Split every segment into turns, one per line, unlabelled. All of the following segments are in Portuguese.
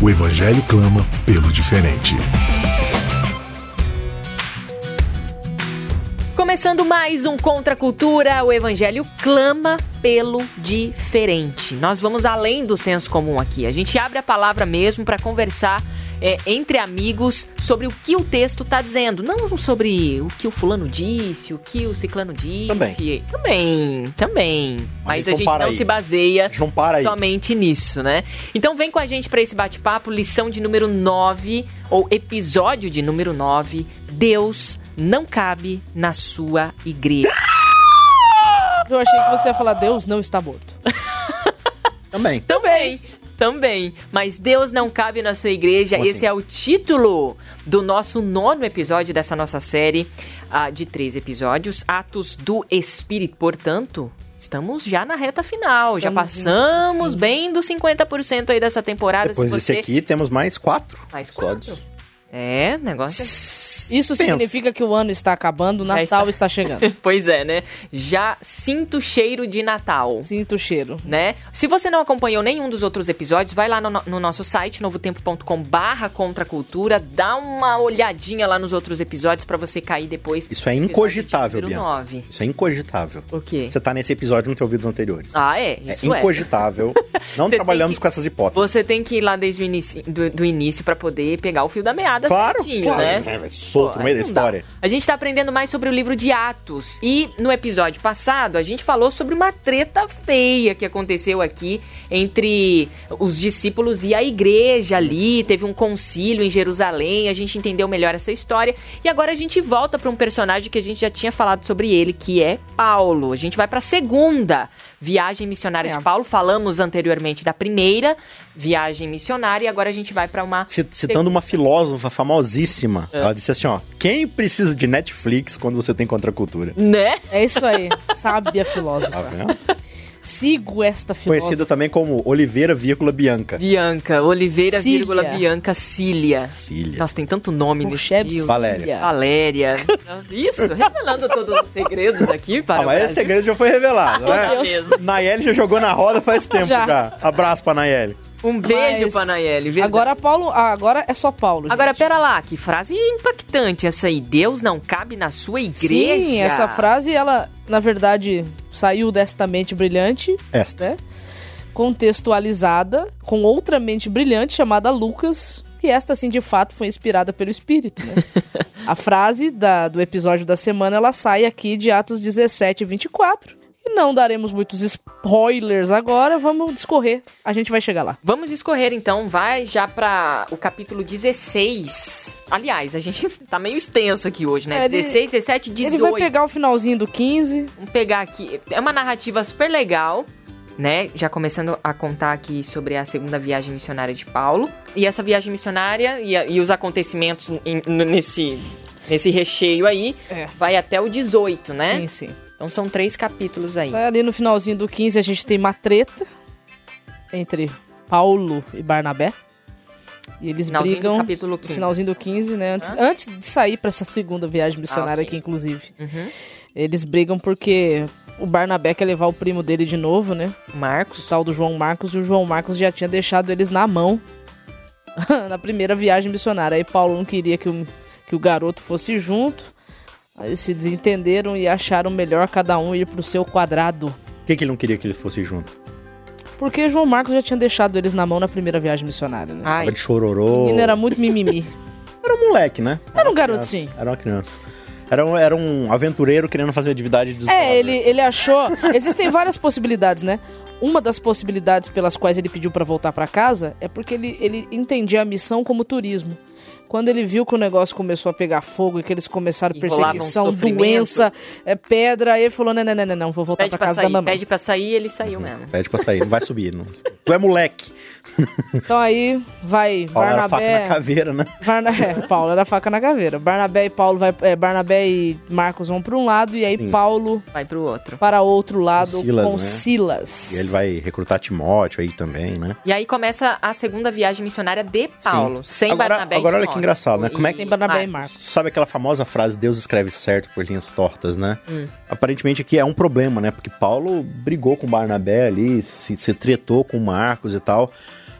o Evangelho clama pelo diferente.
Começando mais um Contra a Cultura, o Evangelho clama pelo diferente. Nós vamos além do senso comum aqui. A gente abre a palavra mesmo para conversar é, entre amigos sobre o que o texto está dizendo. Não sobre o que o fulano disse, o que o ciclano disse.
Também.
Também, também. Mas,
Mas
a
então
gente
para
não
aí.
se baseia
Não para aí.
somente nisso, né? Então vem com a gente para esse bate-papo, lição de número 9, ou episódio de número 9, Deus não cabe na sua igreja.
Eu achei que você ia falar, Deus não está morto.
Também.
Também. Também, mas Deus não cabe na sua igreja.
Como
Esse
assim?
é o título do nosso nono episódio dessa nossa série ah, de três episódios, Atos do Espírito. Portanto, estamos já na reta final, já
Estamos indo
passamos bem dos 50% aí dessa temporada.
Depois
se
desse
você...
aqui, temos mais quatro.
Mais
episódios.
É, negócio.
Isso
Pensa.
significa que o ano está acabando, o
Já
Natal está. chegando.
pois é, né? Já sinto o cheiro de Natal.
Sinto o cheiro.
né? Se você não acompanhou nenhum dos outros episódios, vai lá no, no- no nosso site, novotempo.com barra contra a cultura, dá uma olhadinha lá nos outros episódios pra você cair depois.
Isso é
no episódio
incogitável,
de
Bianca.
número 9.
Isso é incogitável.
O quê?
Você tá nesse episódio e não ter ouvido os anteriores.
Ah, é?
é
Isso é.
incogitável. Não
Você tem
trabalhamos
que-
com essas hipóteses.
Você tem que ir lá desde o início, do, do início para poder pegar o fio da meada
Claro,
certinho,
claro.
tá né?
É, vai solto
Pô,
no meio
aí
da
não dá.
história.
A gente tá aprendendo mais sobre o livro de Atos. E no episódio passado, a gente falou sobre uma treta feia que aconteceu aqui entre os discípulos e a igreja ali. Teve um concílio em Jerusalém, a gente entendeu melhor essa história. E agora a gente volta para um personagem que a gente já tinha falado sobre ele, que é Paulo. A gente vai para segunda viagem missionária
É.
de Paulo. Falamos anteriormente da primeira viagem missionária e agora a gente vai para uma
Ci- Citando uma filósofa famosíssima,
É.
ela disse assim: ó, quem precisa de Netflix quando você tem contracultura?
né?
É isso aí. Sábia
Tá
filósofa.
vendo?
Sigo esta filósofa.
Conhecida também como Oliveira, vírgula Bianca.
Bianca, Oliveira,
Cília.
vírgula, Bianca, Cília.
Cília.
Nossa, tem tanto nome nesse
Puxebs-
livro.
Valéria.
Valéria. Isso, revelando todos os segredos aqui para
Ah,
o
mas esse
Brasil.
segredo já foi revelado, né?
Meu Deus.
Nayeli já jogou na roda faz tempo já.
Ah, Já.
Abraço pra Nayeli.
Um beijo,
Mas-
pra Nayeli. verdade.
Agora Paulo, ah, agora é só Paulo. gente.
Agora, pera lá, que frase impactante essa aí. Deus não cabe na sua igreja.
Sim, essa frase ela, na verdade, saiu desta mente brilhante,
Esta.
né? Contextualizada com outra mente brilhante chamada Lucas, que esta sim de fato foi inspirada pelo Espírito, né? A frase da- do episódio da semana ela sai aqui de Atos 17 e 24. E não daremos muitos spoilers agora, vamos discorrer. A gente vai chegar lá.
Vamos escorrer então, vai já pra o capítulo 16. Aliás, a gente tá meio extenso aqui hoje, né?
É, ele-
16, 17, 18.
Ele vai pegar o finalzinho do 15.
Vamos pegar aqui. É uma narrativa super legal, né? Já começando a contar aqui sobre a segunda viagem missionária de Paulo. E essa viagem missionária e, a- e os acontecimentos em- n- nesse, nesse recheio aí
É.
vai até o 18, né?
Sim, sim.
Então são três capítulos aí.
Sai Né, ali no finalzinho do 15 a gente tem uma treta entre Paulo e Barnabé. E eles
Finalzinho do
brigam.
capítulo 15.
Finalzinho do 15, né? Antes, antes de sair pra essa segunda viagem missionária
Ah, ok.
aqui, inclusive.
Uhum.
Eles brigam porque o Barnabé quer levar o primo dele de novo, né? O
Marcos.
tal do João Marcos. E o João Marcos já tinha deixado eles na mão na primeira viagem missionária. Aí Paulo não queria que o, que o garoto fosse junto. Aí se desentenderam e acharam melhor cada um ir pro seu quadrado.
Por que, que ele não queria que ele fosse junto?
Porque João Marcos já tinha deixado eles na mão na primeira viagem missionária, né?
Ai,
Tava de chororô.
O menino era muito mimimi.
Era um moleque, né?
Era
Criança.
um garotinho.
Era uma criança. Era um, era um aventureiro querendo fazer atividade de
É, ele, ele achou. Existem várias possibilidades, né? Uma das possibilidades pelas quais ele pediu pra voltar pra casa é porque ele, ele entendia a missão como turismo. Quando ele viu que o negócio começou a pegar fogo e que eles começaram
Enrolavam
perseguição,
um sofrimento.
doença, é, pedra, aí ele falou: não, não, não, não, não, vou voltar
Pede
tá pra
pra
casa da
sair,
mamãe.
pede pra sair ele saiu mesmo.
Pede pra sair, não vai subir. Não. Tu é moleque.
Então aí vai
Olha a faca na
Barnabé.
caveira, né?
Barna... É, Paulo era a faca na caveira. Barnabé e Paulo vai. é, Barnabé e Marcos vão pra um lado e aí
Sim.
Paulo
Vai pro outro.
para outro lado com Silas.
Silas, né? E ele vai recrutar Timóteo aí também, né?
E aí começa a segunda viagem missionária de Paulo, sem
Agora-
Barnabé e
agora olha que
Timóteo.
engraçado, né? Como é que-
Tem Barnabé e Marcos.
Sabe aquela famosa frase, Deus escreve certo por linhas tortas, né? Aparentemente aqui é um problema, né? Porque Paulo brigou com Barnabé ali, se, se tretou com Marcos e tal.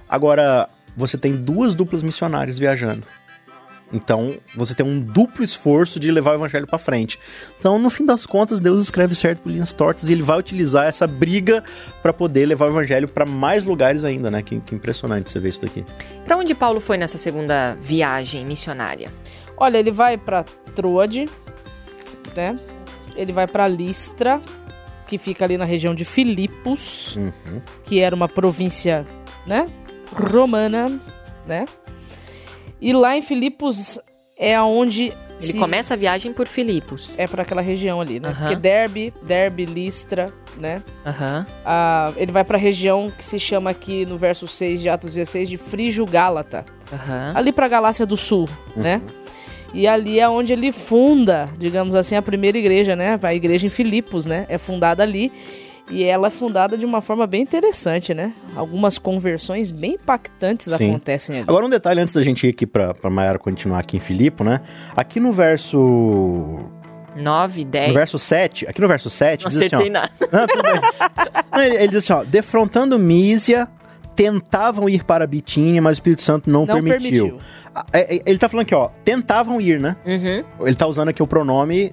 Agora, você tem duas duplas missionárias viajando. Então, você tem um duplo esforço de levar o evangelho pra frente. Então, no fim das contas, Deus escreve certo por linhas tortas e ele vai utilizar essa briga pra poder levar o evangelho pra mais lugares ainda, né? Que, que impressionante você ver isso daqui.
Pra onde Paulo foi nessa segunda viagem missionária?
Olha, ele vai pra Troade, né? Ele vai pra Listra, que fica ali na região de Filipos,
Uhum.
que era uma província, né? Romana, né? E lá em Filipos é onde
Ele começa a viagem por Filipos.
é pra aquela região ali, né?
Aham.
Porque Derbe, Derbe, Listra, né?
Aham.
Ah, ele vai pra região que se chama aqui no verso 6 de Atos 16 de Frígio Gálata.
Aham.
ali pra Galácia do Sul,
Uhum.
né? E ali é onde ele funda, digamos assim, a primeira igreja, né? A igreja em Filipos, né? É fundada ali. E ela é fundada de uma forma bem interessante, né? Algumas conversões bem impactantes
Sim.
acontecem ali.
Agora um detalhe antes da gente ir aqui pra, pra Mayara continuar aqui em Filipo, né? Aqui no verso.
Nove,
No
dez.
verso 7, aqui no verso 7,
Não
diz assim, ó.
acertei nada.
Não, tudo bem. Não, ele, ele diz assim, ó, defrontando Mísia, tentavam ir para Bitínia, mas o Espírito Santo não,
Não
permitiu.
permitiu.
Ah, é, é, Ele tá falando aqui, ó, tentavam ir, né?
Uhum.
Ele tá usando aqui o pronome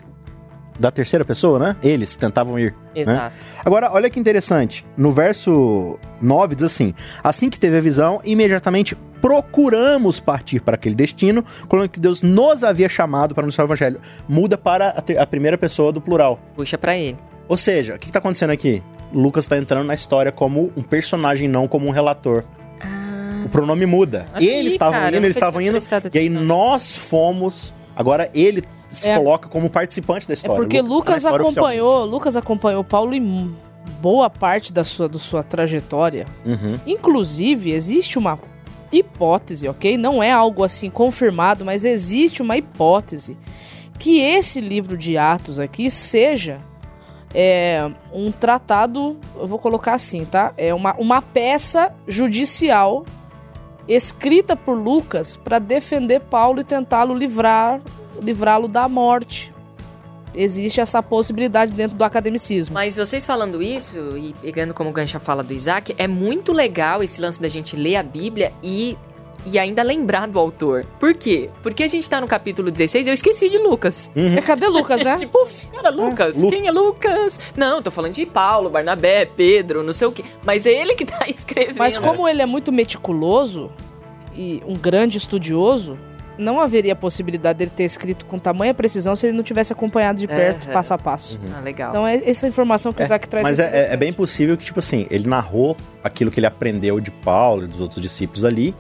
da terceira pessoa, né? Eles tentavam ir. né?
Exato.
Agora, olha que interessante. No verso 9 diz assim: Assim que teve a visão, imediatamente procuramos partir para aquele destino, quando que Deus nos havia chamado para anunciar o evangelho. Muda para a, te- a primeira pessoa do plural.
Puxa pra ele.
Ou seja, o que está acontecendo aqui? Lucas está entrando na história como um personagem, não como um relator. O pronome muda.
Ah. Olha aí,
eles estavam
cara, eu
indo, eles
nunca tinha
estavam indo,
prestado
e aí
atenção.
nós fomos. Agora ele se
É.
coloca como participante da
É
história.
porque Lucas,
tá na história
acompanhou, Lucas acompanhou Paulo em boa parte da sua, da sua trajetória.
oficialmente. Uhum.
Inclusive, existe uma hipótese, ok? Não é algo assim confirmado, mas existe uma hipótese que esse livro de Atos aqui seja é, um tratado, eu vou colocar assim, tá? É uma, uma peça judicial escrita por Lucas para defender Paulo e tentá-lo livrar, livrá-lo da morte. Existe essa possibilidade dentro do academicismo.
Mas vocês falando isso, e pegando como gancho a fala do Isaac, é muito legal esse lance da gente ler a Bíblia e, e ainda lembrar do autor. Por quê? Porque a gente tá no capítulo 16 e eu esqueci de Lucas.
É, Cadê Lucas, né?
Tipo, cara, Lucas,
Lu-
quem é Lucas? Não, tô falando de Paulo, Barnabé, Pedro, não sei o quê. Mas é ele que tá escrevendo.
Mas como ele é muito meticuloso e um grande estudioso, não haveria possibilidade dele ter escrito com tamanha precisão se ele não tivesse acompanhado de perto,
Aham.
passo a passo.
Ah, legal.
Então é essa informação que o Isaac traz.
Mas Uhum. é- é, é
interessante.
bem possível que, tipo assim, ele narrou aquilo que ele aprendeu de Paulo e dos outros discípulos ali.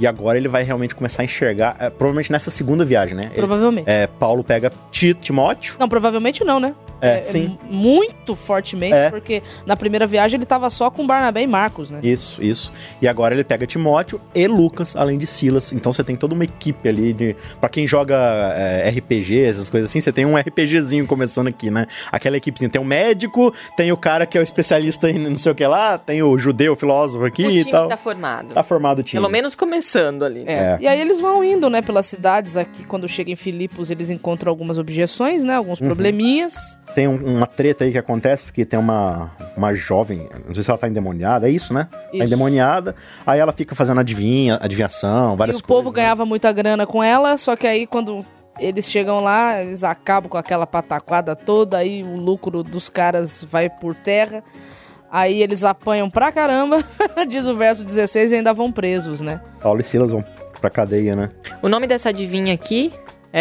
E agora ele vai realmente começar a enxergar, é, provavelmente nessa segunda viagem, né? Ele-
Provavelmente.
é, Paulo pega Ti- Timóteo.
Não, provavelmente não, né?
É, sim.
m- Muito fortemente,
É.
porque na primeira viagem ele tava só com Barnabé e Marcos, né?
Isso, isso. E agora ele pega Timóteo e Lucas, além de Silas. Então você tem toda uma equipe ali de. Pra quem joga é, RPG, essas coisas assim, você tem um RPGzinho começando aqui, né? Aquela equipezinha. Tem o médico, tem o cara que é o especialista em não sei o que lá, tem o judeu filósofo aqui
o
e
time
tal.
tá formado.
Tá formado o time.
Pelo menos começando ali. né?
É.
É.
E aí eles vão indo, né, pelas cidades aqui. Quando chegam em Filipos, eles encontram algumas objeções, né?
Uhum.
Alguns probleminhas.
Tem um- uma treta aí que acontece, porque tem uma, uma jovem, não sei se ela tá endemoniada, é isso, né?
Isso.
Tá endemoniada. Aí ela fica fazendo adivinha, adivinhação, várias
e o
coisas.
povo
né?
ganhava muita grana com ela, só que aí quando eles chegam lá, eles acabam com aquela pataquada toda, aí o lucro dos caras vai por terra. Aí eles apanham pra caramba, diz o verso 16, e ainda vão presos, né?
Paulo e Silas vão pra cadeia, né?
O nome dessa adivinha aqui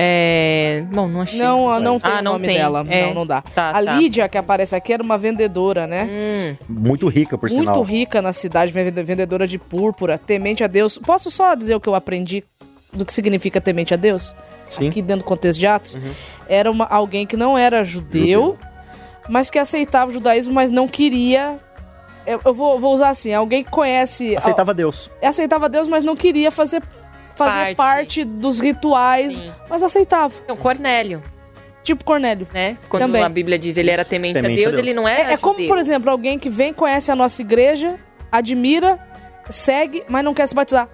é. Bom, não achei.
Não, ah, não tem
Ah,
o
não
nome
tem.
dela.
É.
Não, não dá.
Tá,
a
tá.
Lídia, que aparece aqui, era uma vendedora, né?
Hum,
Muito rica, por
Muito
sinal.
rica na cidade, vende- vendedora de púrpura, temente a Deus. Posso só dizer o que eu aprendi do que significa temente a Deus,
Sim. Uhum.
aqui dentro do contexto de Atos, era uma, alguém que não era judeu, mas que aceitava o judaísmo, mas não queria. Eu, eu vou, vou usar assim: alguém que conhece.
Aceitava Deus.
al- aceitava Deus, mas não queria fazer,
Parte.
fazer parte. dos rituais,
Sim.
mas aceitava.
Então, Cornélio,
Tipo Cornélio.
né? Quando
Também.
a Bíblia diz ele era
Isso.
temente,
Temente
a, Deus,
a Deus.
ele não
É,
era
é como,
judeu.
por exemplo, alguém que vem, conhece a nossa igreja, admira, segue, mas não quer se batizar.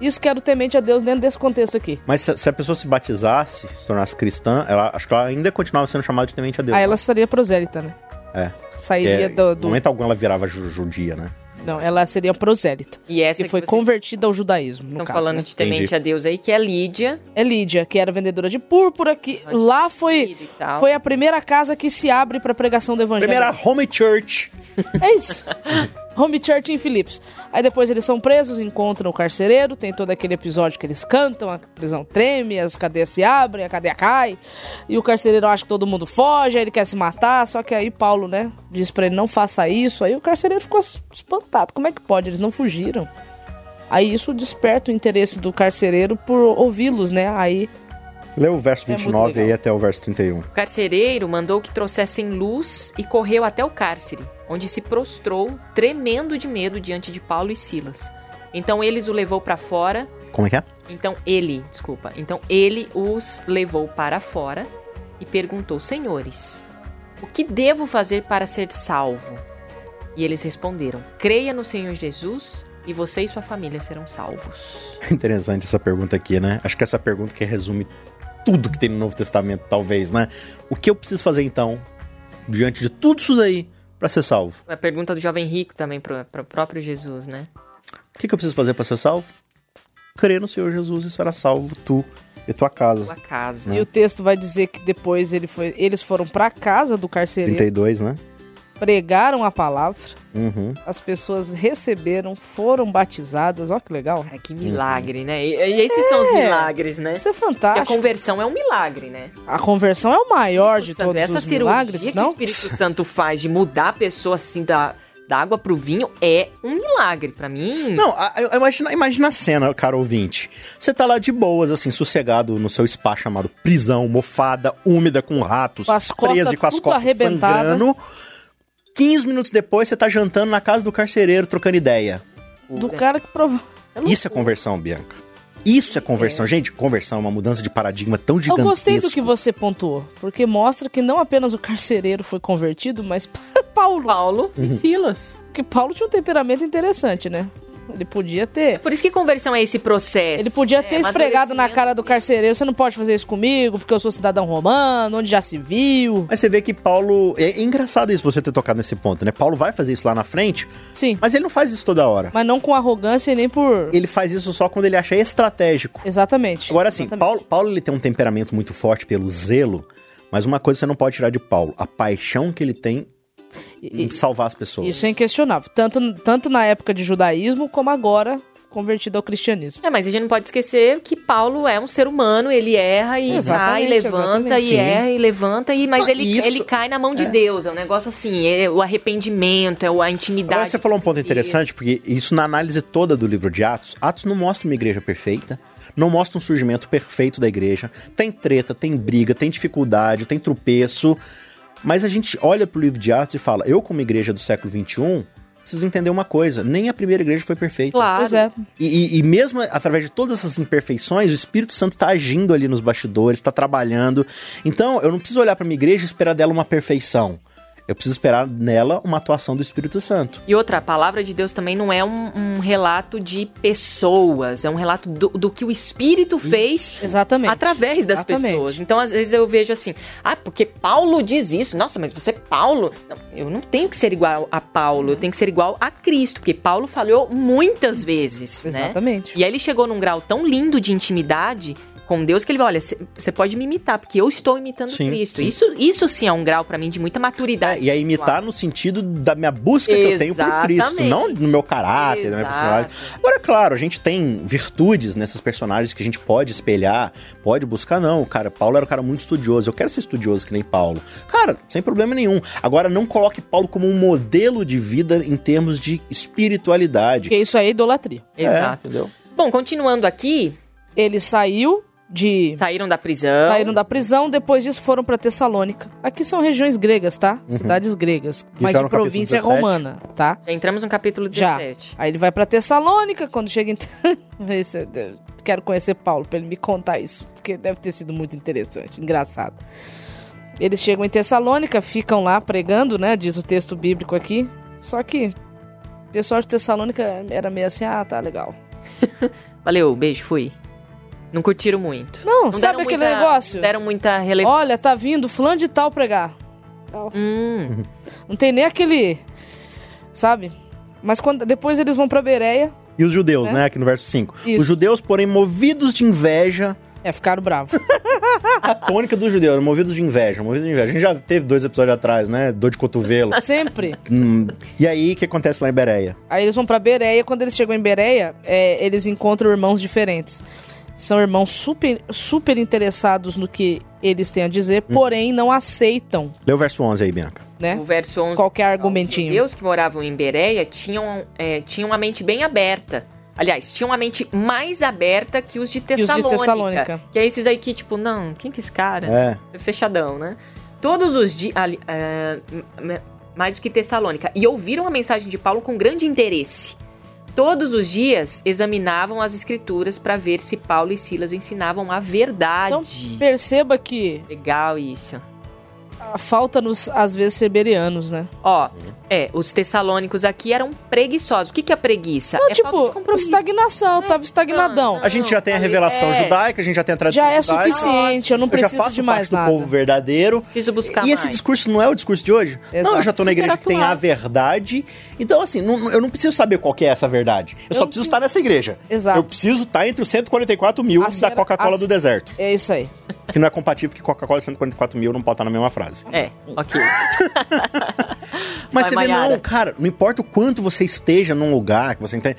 Isso quero temente a Deus dentro desse contexto aqui.
Mas se, se a pessoa se batizasse, se tornasse cristã, ela, acho que ela ainda continuava sendo chamada de temente a Deus.
Aí ela seria prosélita, né?
É.
Sairia
É,
do.
No
do-
momento algum ela virava ju- judia, né?
Não, ela seria prosélita.
E essa
E foi
que vocês
convertida ao judaísmo, no
estão
caso.
falando
né?
de temente
Entendi.
a Deus aí, que é Lídia.
É Lídia, que era vendedora de púrpura, que
Antes
lá
de
foi.
Sírio e tal.
Foi a primeira casa que se abre pra pregação do evangelho.
Primeira home church.
É isso. Home Church em Phillips. Aí depois eles são presos, encontram o carcereiro, tem todo aquele episódio que eles cantam, a prisão treme, as cadeias se abrem, a cadeia cai, e o carcereiro acha que todo mundo foge, aí ele quer se matar, só que aí Paulo, né, diz pra ele não faça isso, aí o carcereiro ficou es- espantado. Como é que pode? Eles não fugiram. Aí isso desperta o interesse do carcereiro por ouvi-los, né? Aí
Lê o verso
É muito
29 aí
legal.
até o verso 31.
O carcereiro mandou que trouxessem luz e correu até o cárcere, onde se prostrou, tremendo de medo diante de Paulo e Silas. Então eles o levou para fora.
Como é que é?
Então ele, desculpa. Então ele os levou para fora e perguntou: Senhores, o que devo fazer para ser salvo? E eles responderam: Creia no Senhor Jesus e você e sua família serão salvos.
Interessante essa pergunta aqui, né? Acho que essa pergunta que resume tudo que tem no Novo Testamento, talvez, né? O que eu preciso fazer então, diante de tudo isso daí, pra ser salvo?
A pergunta do jovem rico também para o próprio Jesus, né?
O que, que eu preciso fazer pra ser salvo? Crer no Senhor Jesus e será salvo tu e tua casa.
Sua casa.
e o texto vai dizer que depois ele foi, eles foram pra casa do carcereiro,
32, né?
pregaram a palavra.
Uhum.
As pessoas receberam, foram batizadas. Olha que legal.
Ai, que milagre, né? E, e esses são os milagres, né?
Isso é
Porque a
fantástico.
conversão é um milagre, né?
A conversão é o maior de
Santo,
todos
Essa
os
cirurgia
milagres,
que o
não?
Espírito Santo faz de mudar a pessoa assim da, da água pro vinho é um milagre pra mim.
Não, a- a- imagina, imagina a cena, cara ouvinte. Você tá lá de boas, assim, sossegado no seu spa chamado prisão, mofada, úmida, com ratos,
Com as costas
presa e com as
tudo
costas
arrebentada.
sangrando. 15 minutos depois, você tá jantando na casa do carcereiro, trocando ideia.
É Do cara que provou.
Isso é conversão, Bianca. Isso é conversão. Gente, conversão é uma mudança de paradigma tão
Eu
gigantesca.
gostei do que você pontuou, porque mostra que não apenas o carcereiro foi convertido, mas Paulo.
Paulo
Uhum.
e Silas.
Porque Paulo tinha um temperamento interessante, né? Ele podia ter.
Por isso que conversão é esse processo.
Ele podia
É,
ter esfregado na
amadurecimento.
cara do carcereiro: você não pode fazer isso comigo, porque eu sou cidadão romano, onde já se viu.
Mas você vê que Paulo. É é engraçado isso você ter tocado nesse ponto, né? Paulo vai fazer isso lá na frente,
Sim,
mas ele não faz isso toda hora.
mas não com arrogância e nem por.
Ele faz isso só quando ele acha estratégico.
Exatamente.
Agora sim,
Exatamente.
Paulo, Paulo ele tem um temperamento muito forte pelo zelo, mas uma coisa você não pode tirar de Paulo, a paixão que ele tem
E-
em salvar as pessoas.
Isso é inquestionável. Tanto, tanto na época de judaísmo, como agora, convertido ao cristianismo.
É, mas a gente não pode esquecer que Paulo é um ser humano, ele erra e cai,
Exatamente,
e levanta,
exatamente.
e
Sim.
erra e levanta, e, mas
Não,
ele,
isso-
ele cai na mão de Deus. É um negócio assim, é o arrependimento, é a intimidade.
Agora você falou um ponto
com Deus.
interessante, porque isso na análise toda do livro de Atos, Atos não mostra uma igreja perfeita, não mostra um surgimento perfeito da igreja. Tem treta, tem briga, tem dificuldade, tem tropeço. Mas a gente olha pro livro de Atos e fala: eu, como igreja do século XXI, preciso entender uma coisa: nem a primeira igreja foi perfeita.
Claro.
Pois é.
E, e- e mesmo através de todas essas imperfeições, o Espírito Santo tá agindo ali nos bastidores, tá trabalhando. Então, eu não preciso olhar pra minha igreja e esperar dela uma perfeição. Eu preciso esperar nela uma atuação do Espírito Santo.
E outra, a palavra de Deus também não é um, um relato de pessoas, é um relato do, do que o Espírito fez
Exatamente.
através das
Exatamente.
pessoas. Então, às vezes eu vejo assim, ah, porque Paulo diz isso. Nossa, mas você é Paulo. Não, eu não tenho que ser igual a Paulo, eu tenho que ser igual a Cristo, porque Paulo falhou muitas vezes, né?
Exatamente.
E aí ele chegou num grau tão lindo de intimidade com Deus que ele vai, olha, você pode me imitar, porque eu estou imitando
Sim,
Cristo.
sim.
Isso, isso sim é um grau pra mim de muita maturidade.
É, E a imitar no sentido da minha busca que eu tenho por Cristo,
Exatamente.
não no meu caráter, na minha
Exato.
personalidade. Agora, claro, a gente tem virtudes nesses personagens que a gente pode espelhar, pode buscar, não. Cara, Paulo era um cara muito estudioso. Eu quero ser estudioso que nem Paulo. Cara, sem problema nenhum. Agora, não coloque Paulo como um modelo de vida em termos de espiritualidade.
Porque isso aí é idolatria.
Exato.
É, entendeu?
Bom, continuando aqui,
Ele saiu de.
Saíram da prisão.
Saíram da prisão, depois disso foram pra Tessalônica. Aqui são regiões gregas, tá? Cidades gregas, mas
já
de
no capítulo
província
17?
romana, tá?
Já entramos no capítulo
Já.
17.
Aí ele vai pra Tessalônica, quando chega em. Esse- eu Quero conhecer Paulo pra ele me contar isso, porque deve ter sido muito interessante, engraçado. Eles chegam em Tessalônica, ficam lá pregando, né? Diz o texto bíblico aqui. Só que o pessoal de Tessalônica era meio assim, ah, tá legal.
Valeu, beijo, fui. Não curtiram muito.
Não,
deram
sabe aquele
muita-
negócio?
Deram muita relevância.
Olha, tá vindo fulano de tal pregar.
Hum,
Não tem nem aquele. Sabe? Mas quando depois eles vão pra Bereia.
E os judeus,
É.
Né?
né? Aqui no verso 5.
Isso.
Os judeus, porém, movidos de inveja.
É, ficaram bravos.
A tônica dos judeus, movidos de inveja, movidos de inveja. A gente já teve dois episódios atrás, né? Dor de cotovelo.
Sempre.
Hum. E aí, o que acontece lá em Bereia?
Aí eles vão pra Bereia. Quando eles chegam em Bereia, é, eles encontram irmãos diferentes. São irmãos super, super interessados no que eles têm a dizer,
Hum.
porém não aceitam,
Lê o verso 11 aí, Bianca.
né?
o verso 11.
Qualquer
Os
argumentinho.
judeus que moravam em Bereia tinham, é, tinham a mente bem aberta. Aliás, tinham a mente mais aberta que os de
os de
Tessalônica.
Tessalônica.
Que é esses aí que, tipo, não, quem que é esse cara?
É.
fechadão, né? Todos os dias. mais do que Tessalônica. E ouviram a mensagem de Paulo com grande interesse. Todos os dias examinavam as escrituras para ver se Paulo e Silas ensinavam a
Então
verdade.
perceba que
Legal isso.
a falta nos, às vezes, seberianos, né?
Ó, é, os tessalônicos aqui eram preguiçosos. O que, que é preguiça?
Não,
é falta de
tipo,
compromisso. É,
estagnação, tava estagnadão.
não,
A gente já tem a
ali-
revelação
é.
judaica, a gente já tem a tradição
Já é
judaica.
suficiente, eu não
Eu já
preciso
faço
de
parte
mais
do
nada.
povo verdadeiro.
Preciso buscar
E esse
mais.
discurso não é o discurso de hoje?
Exato.
Não, eu já tô na igreja que tem a verdade. Então, assim, não- eu não preciso saber qual que é essa verdade. Eu, só preciso estar nessa igreja.
Exato.
Eu preciso estar entre os 144 mil
A
da
senhora-
Coca-Cola
a-
do deserto.
É isso aí.
Que não é compatível, porque Coca-Cola e 144 mil não pode estar na mesma frase.
É, ok.
Mas
Vai,
você vê,
Maiara.
não, cara, não importa o quanto você esteja num lugar que você entende.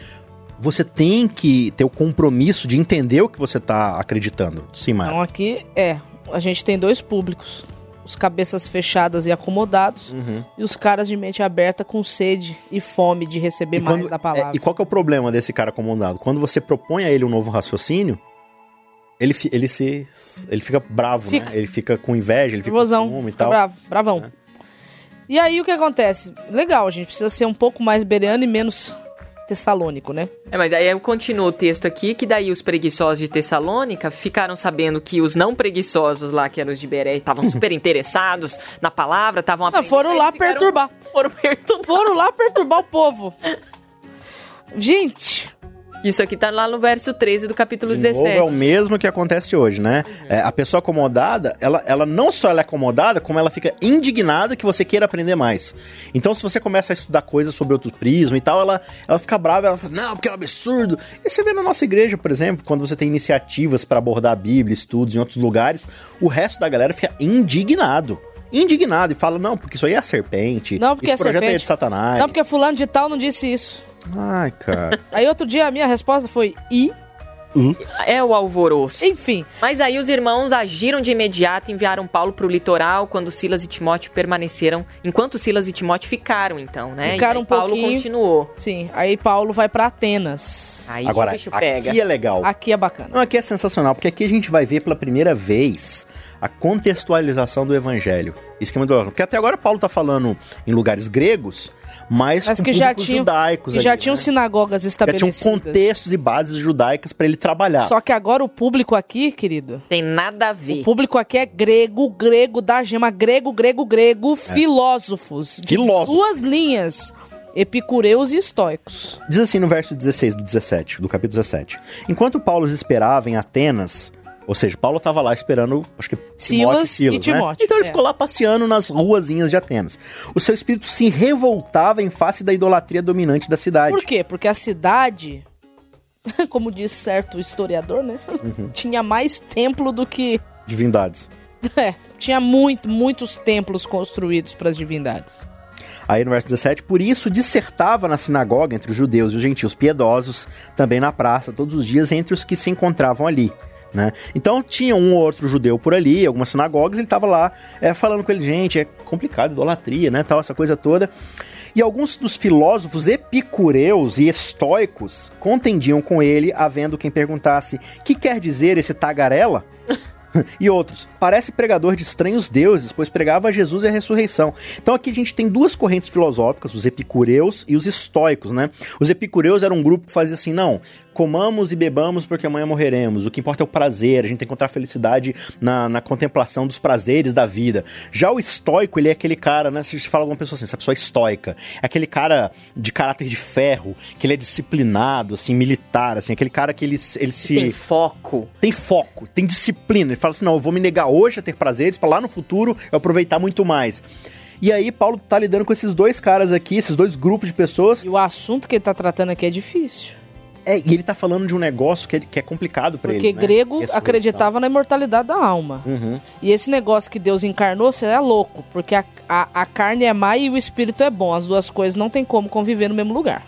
Você tem que ter o compromisso de entender o que você tá acreditando. Sim, Mara.
Então aqui é, a gente tem dois públicos. Os cabeças fechadas e acomodados,
Uhum.
e os caras de mente aberta com sede e fome de receber mais da palavra.
é, e qual que é o problema desse cara acomodado? Quando você propõe a ele um novo raciocínio, ele, fi- ele se. ele fica bravo, né?
Fica.
Ele fica com inveja, ele fica
Nervosão,
com ciúme e
fica
tal. né?
bravo, bravão. E aí o que acontece? Legal, a gente precisa ser um pouco mais bereano e menos tessalônico, né?
É, mas aí eu continuo o texto aqui, que daí os preguiçosos de Tessalônica ficaram sabendo que os não preguiçosos lá, que eram os de Beré, estavam super interessados na palavra, estavam aprendendo,
foram
aí
lá
ficaram-
perturbar.
Foram perturbar.
Foram lá perturbar o povo. Gente,
Isso aqui tá lá no verso 13 do capítulo
De novo,
17.
é o mesmo que acontece hoje, né?
Uhum.
É, a pessoa acomodada, ela, ela não só ela é acomodada, como ela fica indignada que você queira aprender mais. Então, se você começa a estudar coisas sobre outro prisma e tal, ela, ela fica brava, ela fala, não, porque é um absurdo. E você vê na nossa igreja, por exemplo, quando você tem iniciativas pra abordar a Bíblia, estudos em outros lugares, o resto da galera fica indignado. Indignado e fala, não, porque isso aí é a serpente.
Não, porque
esse
é
projeto aí é
serpente.
de Satanás.
não porque fulano de tal não disse isso.
Ai, cara.
Aí outro dia a minha resposta foi e, um-
É o alvoroço.
enfim.
Mas aí os irmãos agiram de imediato e enviaram Paulo pro litoral quando Silas e Timóteo permaneceram. Enquanto Silas e Timóteo ficaram, então, né? e
Ficaram um
aí Paulo
pouquinho.
continuou.
Sim, aí Paulo vai pra Atenas.
Aí
Agora,
o bicho pega.
aqui é legal.
Aqui é bacana.
Não, aqui é sensacional, porque aqui a gente vai ver pela primeira vez a contextualização do evangelho. Esquema do evangelho. Porque até agora Paulo tá falando em lugares gregos, mas,
Mas
com
que já
públicos
tinham,
judaicos
que já
ali,
tinham
né?
sinagogas
Já tinham
estabelecidas.
contextos e bases judaicas pra ele trabalhar.
Só que agora o público aqui, querido,
Tem nada a
é o
ver.
público aqui é grego, grego da gema, grego, grego, grego,
É.
filósofos. de
Filósofo.
Duas linhas, epicureus e estoicos.
Diz assim no verso 16 do 17, do capítulo 17. Enquanto Paulo os esperava em Atenas, ou seja, Paulo estava lá esperando, acho que Timóteo
Silas
Silas,
e
né?
Timóteo,
Então ele
é.
ficou lá passeando nas ruazinhas de Atenas. O seu espírito se revoltava em face da idolatria dominante da cidade.
Por quê? Porque a cidade, como diz certo historiador, né?
Uhum.
Tinha mais templo do que...
Divindades.
É, tinha muito, muitos templos construídos para as divindades.
Aí no verso 17, por isso dissertava na sinagoga entre os judeus e os gentios piedosos, também na praça, todos os dias entre os que se encontravam ali. Né? Então tinha um ou outro judeu por ali, algumas eh, sinagogas, ele estava lá é, falando com ele, gente, é complicado, idolatria, né, tal, essa coisa toda. E alguns dos filósofos epicureus e estoicos contendiam com ele, havendo quem perguntasse: que quer dizer esse tagarela? e outros. Parece pregador de estranhos deuses, pois pregava Jesus e a ressurreição. Então aqui a gente tem duas correntes filosóficas, os epicureus e os estoicos, né? Os epicureus eram um grupo que fazia assim, não, comamos e bebamos porque amanhã morreremos. O que importa é o prazer, a gente tem que encontrar felicidade na, na contemplação dos prazeres da vida. Já o estoico, ele é aquele cara, né? Se a gente fala alguma pessoa assim, essa pessoa é estoica. É aquele cara de caráter de ferro, que ele é disciplinado, assim, militar, assim, aquele cara que ele, ele se.
Tem foco.
Tem foco, tem disciplina. Ele fala assim: não, eu vou me negar hoje a ter prazeres para lá no futuro eu aproveitar muito mais. E aí, Paulo tá lidando com esses dois caras aqui, esses dois grupos de pessoas.
E o assunto que ele tá tratando aqui é difícil.
É, e ele tá falando de um negócio que é, que é complicado para ele.
Porque grego
né?
acreditava na imortalidade da alma.
Uhum.
E esse negócio que Deus encarnou, você é louco. Porque a, a, a carne é má e o espírito é bom. As duas coisas não tem como conviver no mesmo lugar.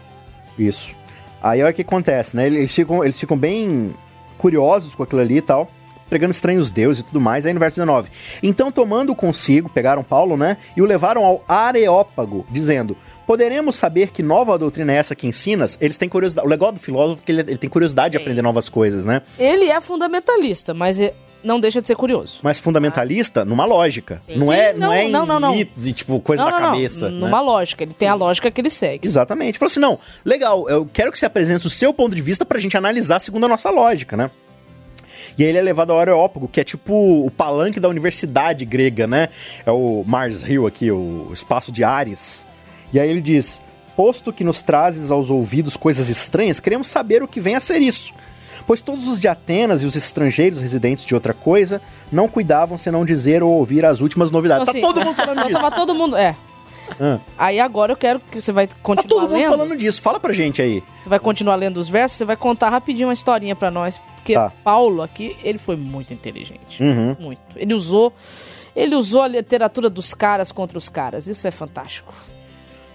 Isso. Aí olha o que acontece, né? Eles ficam, eles ficam bem curiosos com aquilo ali e tal, pregando estranhos deuses e tudo mais. Aí no verso 19: Então, tomando consigo, pegaram Paulo, né? E o levaram ao Areópago, dizendo: Poderemos saber que nova doutrina é essa que ensinas? Eles têm curiosidade. O legal do filósofo é que ele, ele tem curiosidade de aprender novas coisas, né?
Ele é fundamentalista, mas é- não deixa de ser curioso.
Mas fundamentalista numa lógica.
Sim.
Não,
Ah. Sim,
é, não,
não,
é em
não, não, não.
mitos e tipo coisa
não,
da
não, não.
cabeça. né?
Numa lógica. Ele tem a lógica que ele segue.
Exatamente. Falou assim: não, legal, eu quero que você apresente o seu ponto de vista pra gente analisar segundo a nossa lógica, né? E aí ele é levado ao Areópago, que é tipo o palanque da universidade grega, né? É o Mars Hill aqui, o espaço de Ares. E aí ele diz: Posto que nos trazes aos ouvidos coisas estranhas, queremos saber o que vem a ser isso. Pois todos os de Atenas e os estrangeiros residentes de outra coisa não cuidavam senão dizer ou ouvir as últimas novidades.
Então, assim,
tá todo mundo falando
Então
disso.
tava todo mundo. É.
Ah.
Aí agora eu quero que você vai
Tá
continuar
todo mundo
lendo.
falando disso. Fala pra gente aí.
Você vai continuar lendo os versos, você vai contar rapidinho uma historinha pra nós, porque
Tá.
Paulo aqui, ele foi muito inteligente,
Uhum.
muito. Ele usou, ele usou a literatura dos caras contra os caras. Isso é fantástico.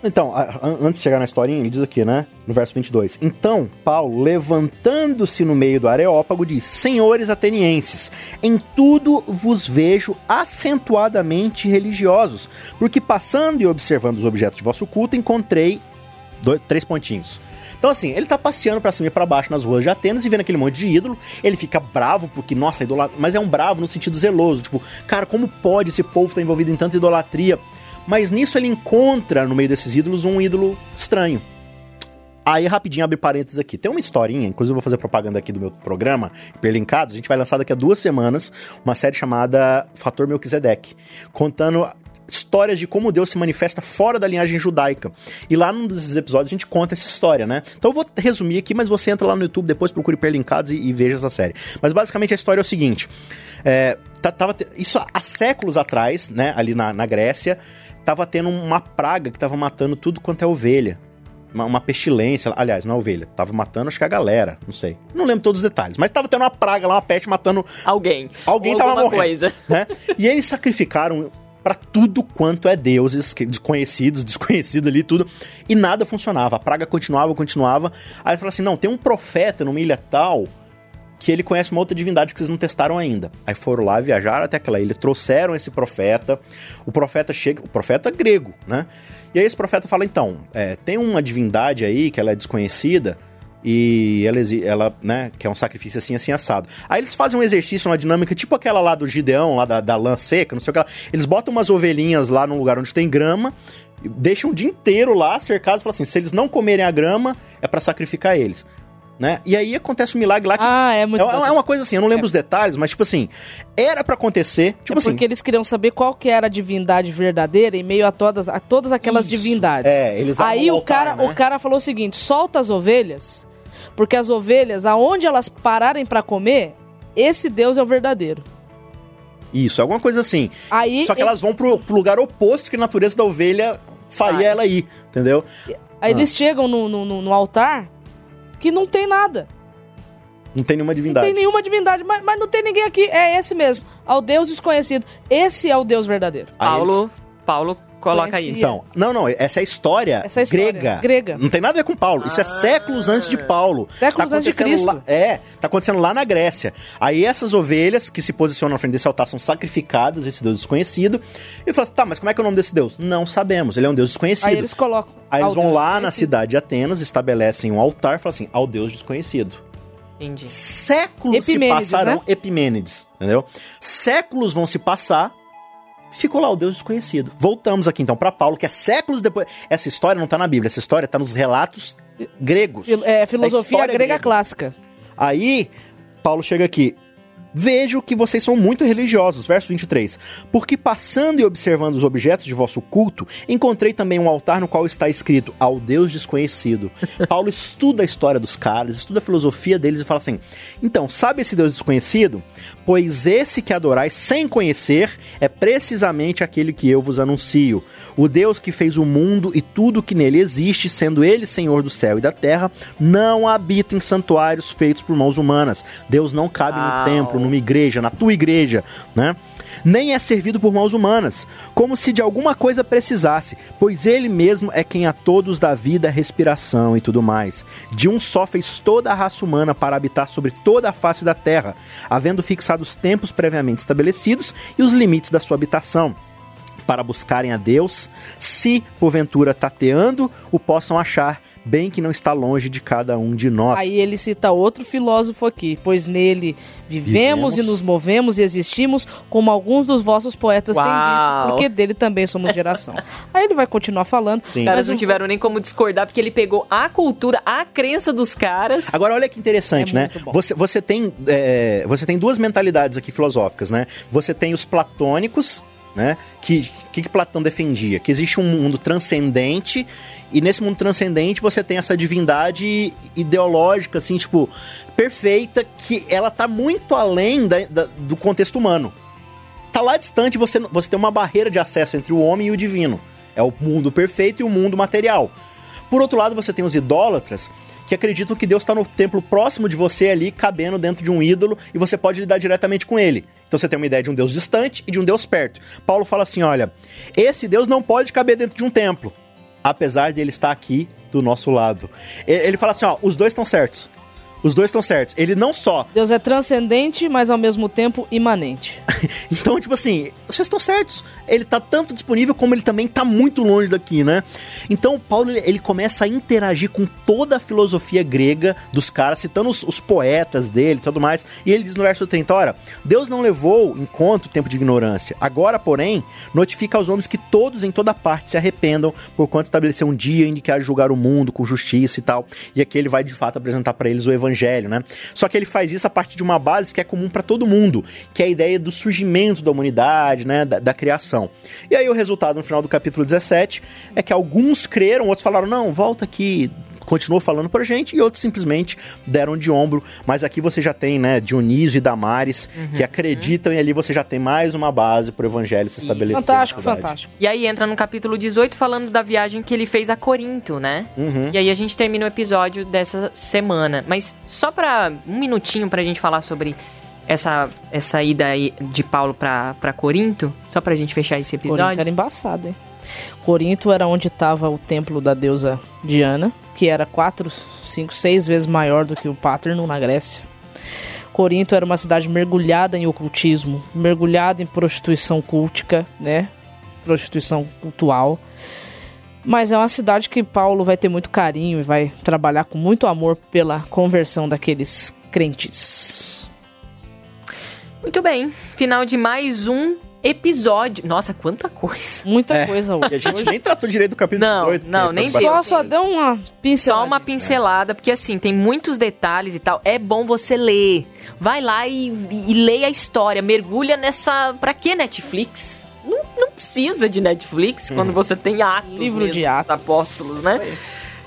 Então, a- an- antes de chegar na historinha, ele diz aqui, né? No verso 22. Então, Paulo, levantando-se no meio do Areópago, diz: Senhores atenienses, em tudo vos vejo acentuadamente religiosos, porque passando e observando os objetos de vosso culto, encontrei dois, três pontinhos. Então, assim, ele tá passeando pra cima e pra baixo nas ruas de Atenas e vendo aquele monte de ídolo. Ele fica bravo porque, nossa, idolatria. Mas é um bravo no sentido zeloso. Tipo, cara, como pode esse povo estar envolvido em tanta idolatria? Mas nisso ele encontra, no meio desses ídolos, um ídolo estranho. Aí, rapidinho, abre parênteses aqui. Tem uma historinha, inclusive eu vou fazer propaganda aqui do meu programa, Hiperlinkados. A gente vai lançar daqui a duas semanas uma série chamada Fator Melquisedeque, contando histórias de como Deus se manifesta fora da linhagem judaica. E lá num desses episódios a gente conta essa história, né? Então eu vou resumir aqui, mas você entra lá no YouTube depois, procura Hiperlinkados e, e veja essa série. Mas basicamente a história é o seguinte. É, tá- tava te- isso há- há séculos atrás, né, ali na, na Grécia, tava tendo uma praga que tava matando tudo quanto é ovelha uma, uma pestilência. Aliás, não é ovelha. Tava matando, acho que a galera. Não sei. Não lembro todos os detalhes. Mas tava tendo uma praga lá, uma peste matando
Alguém.
Alguém
Ou
tava
alguma
morrendo.
coisa.
né? E eles sacrificaram pra tudo quanto é deuses, que- desconhecidos, desconhecido ali, tudo. E nada funcionava. A praga continuava, continuava. Aí falaram assim: não, tem um profeta numa ilha tal que ele conhece uma outra divindade que vocês não testaram ainda. Aí foram lá, viajaram até aquela ilha, trouxeram esse profeta. O profeta chega, o profeta grego, né? E aí esse profeta fala: então, é, tem uma divindade aí que ela é desconhecida. E ela, exi- ela, né, que é um sacrifício assim, assim, assado. Aí eles fazem um exercício, uma dinâmica, tipo aquela lá do Gideão, lá da, da lã seca, não sei o que lá. Eles botam umas ovelhinhas lá num lugar onde tem grama, deixam o dia inteiro lá cercados e falam assim: se eles não comerem a grama, é pra sacrificar eles. Né? E aí acontece um milagre lá que
Ah, é muito.
é, é uma coisa assim, eu não lembro os detalhes, mas tipo assim, era pra acontecer, tipo
é
assim.
porque eles queriam saber qual que era a divindade verdadeira em meio a todas, a todas aquelas
Isso.
divindades.
É, eles armam
Aí
um
o
altar,
cara,
né?
o cara falou o seguinte: solta as ovelhas, porque as ovelhas, aonde elas pararem pra comer, esse Deus é o verdadeiro.
Isso, alguma coisa assim.
Aí
Só que
ele-
elas vão pro, pro lugar oposto que a natureza da ovelha faria
Vai.
ela ir, entendeu?
Aí
Ah.
eles chegam no, no- no- no altar que não tem nada.
Não tem nenhuma
Não
divindade.
tem nenhuma divindade, mas, mas não tem ninguém aqui. É esse mesmo. Ao Deus desconhecido. Esse é o Deus verdadeiro.
Aí Ah, eles-
Paulo, Paulo Coloca
Conhecia.
isso.
Então, não, não, essa é a história,
Essa é a história
grega.
grega. Ah.
Não tem nada a ver com Paulo. Isso é séculos antes de Paulo. Tá
Séculos antes de
acontecendo
Cristo.
lá- é, tá acontecendo lá na Grécia. Aí essas ovelhas que se posicionam na frente desse altar são sacrificadas, esse deus desconhecido. E fala assim, tá, mas como é que é o nome desse deus? Não sabemos, ele é um deus desconhecido.
Aí eles colocam.
Aí eles
ao
vão
Deus
lá na
desconhecido.
cidade de Atenas, estabelecem um altar e falam assim, ao deus desconhecido.
Entendi.
Séculos
Epimênides,
se passarão.
né?
Epimênides, entendeu? Séculos vão se passar. Ficou lá o Deus desconhecido. Voltamos aqui então pra Paulo, que é séculos depois. Essa história não tá na Bíblia, essa história tá nos relatos gregos.
Fil- É, filosofia
Da
grega,
história
clássica.
Aí, Paulo chega aqui. Vejo que vocês são muito religiosos. Verso 23. Porque passando e observando os objetos de vosso culto, encontrei também um altar no qual está escrito ao Deus desconhecido. Paulo estuda a história dos caras, estuda a filosofia deles e fala assim: Então, sabe esse Deus desconhecido? Pois esse que adorais sem conhecer é precisamente aquele que eu vos anuncio. O Deus que fez o mundo e tudo que nele existe, sendo ele Senhor do céu e da terra, não habita em santuários feitos por mãos humanas. Deus não cabe
Uau.
no templo, numa igreja, na tua igreja, né? Nem é servido por mãos humanas, como se de alguma coisa precisasse, pois ele mesmo é quem a todos dá vida, respiração e tudo mais. De um só fez toda a raça humana para habitar sobre toda a face da terra, havendo fixado os tempos previamente estabelecidos e os limites da sua habitação para buscarem a Deus, se porventura tateando, o possam achar, bem que não está longe de cada um de nós.
Aí ele cita outro filósofo aqui, pois nele vivemos,
Vivemos.
e nos movemos e existimos, como alguns dos vossos poetas têm
Uau.
dito, porque dele também somos geração. Aí ele vai continuar falando.
Sim.
Os caras
mas um-
não
o-
tiveram nem como discordar, porque ele pegou a cultura, a crença dos caras.
Agora, olha que interessante,
É
né?
muito bom.
Você, você, tem, é, você tem duas mentalidades aqui filosóficas, né? Você tem os platônicos, né? Que, que, que Platão defendia? Que existe um mundo transcendente, e nesse mundo transcendente você tem essa divindade ideológica, assim, tipo, perfeita, que ela tá muito além da- da- do contexto humano. Tá lá distante, você, não- você tem uma barreira de acesso entre o homem e o divino. É o mundo perfeito e o mundo material. Por outro lado, você tem os idólatras que acreditam que Deus está no templo próximo de você ali, cabendo dentro de um ídolo, e você pode lidar diretamente com ele. Então você tem uma ideia de um Deus distante e de um Deus perto. Paulo fala assim: olha, esse Deus não pode caber dentro de um templo, apesar de ele estar aqui do nosso lado. E- Ele fala assim: ó, os dois estão certos. Os dois estão certos. Ele não só
Deus é transcendente, mas ao mesmo tempo imanente.
Então, tipo assim, vocês estão certos. Ele tá tanto disponível como ele também tá muito longe daqui, né? Então, o Paulo ele, ele começa a interagir com toda a filosofia grega dos caras, citando os, os poetas dele e tudo mais. E ele diz no verso 30, ora, Deus não levou em conta o tempo de ignorância. Agora, porém, notifica aos homens que todos em toda parte se arrependam, por quanto estabeleceu um dia em que há de julgar o mundo com justiça e tal. E aqui ele vai de fato apresentar pra eles o evangelho, né? Só que ele faz isso a partir de uma base que é comum pra todo mundo, que é a ideia do surgimento da humanidade, né, da, da criação. E aí o resultado no final do capítulo 17 é que alguns creram, outros falaram: "Não, volta aqui, continuou falando pra gente", e outros simplesmente deram de ombro, mas aqui você já tem, né, Dionísio e Damares que acreditam e ali você já tem mais uma base pro evangelho se estabelecer. na
Fantástico,
cidade.
fantástico.
E aí entra no capítulo 18 falando da viagem que ele fez a Corinto, né?
Uhum.
E aí a gente termina o episódio dessa semana. Mas só pra um minutinho pra gente falar sobre essa, essa ida aí de Paulo pra, pra Corinto, só pra gente fechar esse
Corinto
episódio.
era embaçado, hein? Corinto era onde estava o templo da deusa Diana, que era quatro, cinco, seis vezes maior do que o Paterno na Grécia. Corinto era uma cidade mergulhada em ocultismo, mergulhada em prostituição cultica, né? Prostituição cultual. Mas é uma cidade que Paulo vai ter muito carinho e vai trabalhar com muito amor pela conversão daqueles crentes. né?
Muito bem, final de mais um episódio. Nossa, quanta coisa!
Muita coisa hoje.
É. E a gente nem tratou direito do capítulo
Não,
18.
não,
porque
nem
foi
Só,
deu.
só deu uma pincelada.
Só uma pincelada, porque assim, tem muitos detalhes e tal. É bom você ler. Vai lá e, e leia a história. Mergulha nessa. Pra que Netflix? Não, não precisa de Netflix quando você tem Atos.
Uhum. Livro
mesmo,
de Atos.
Apóstolos, né?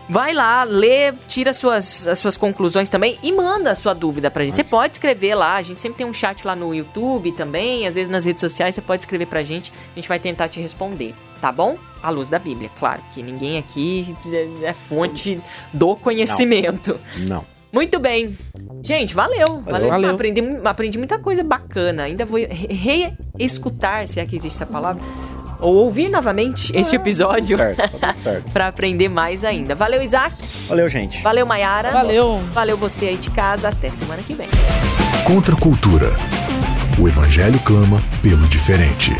Vai lá, lê, tira suas, as suas conclusões também e manda a sua dúvida pra gente. Você pode escrever lá, a gente sempre tem um chat lá no YouTube também, às vezes nas redes sociais, você pode escrever pra gente, a gente vai tentar te responder, tá bom? À luz da Bíblia, claro, que ninguém aqui é é fonte do conhecimento.
Não.
Muito bem. Gente, valeu. Valeu.
Valeu.
Aprendi, mu- aprendi muita coisa bacana. Ainda vou re- reescutar, se é que existe essa palavra, ou ouvir novamente este episódio
Certo, tá tudo certo.
pra aprender mais ainda. Valeu, Isaac.
Valeu, gente.
Valeu, Mayara.
Valeu.
Valeu você aí de casa. Até semana que vem.
Contra a cultura. O evangelho clama pelo diferente.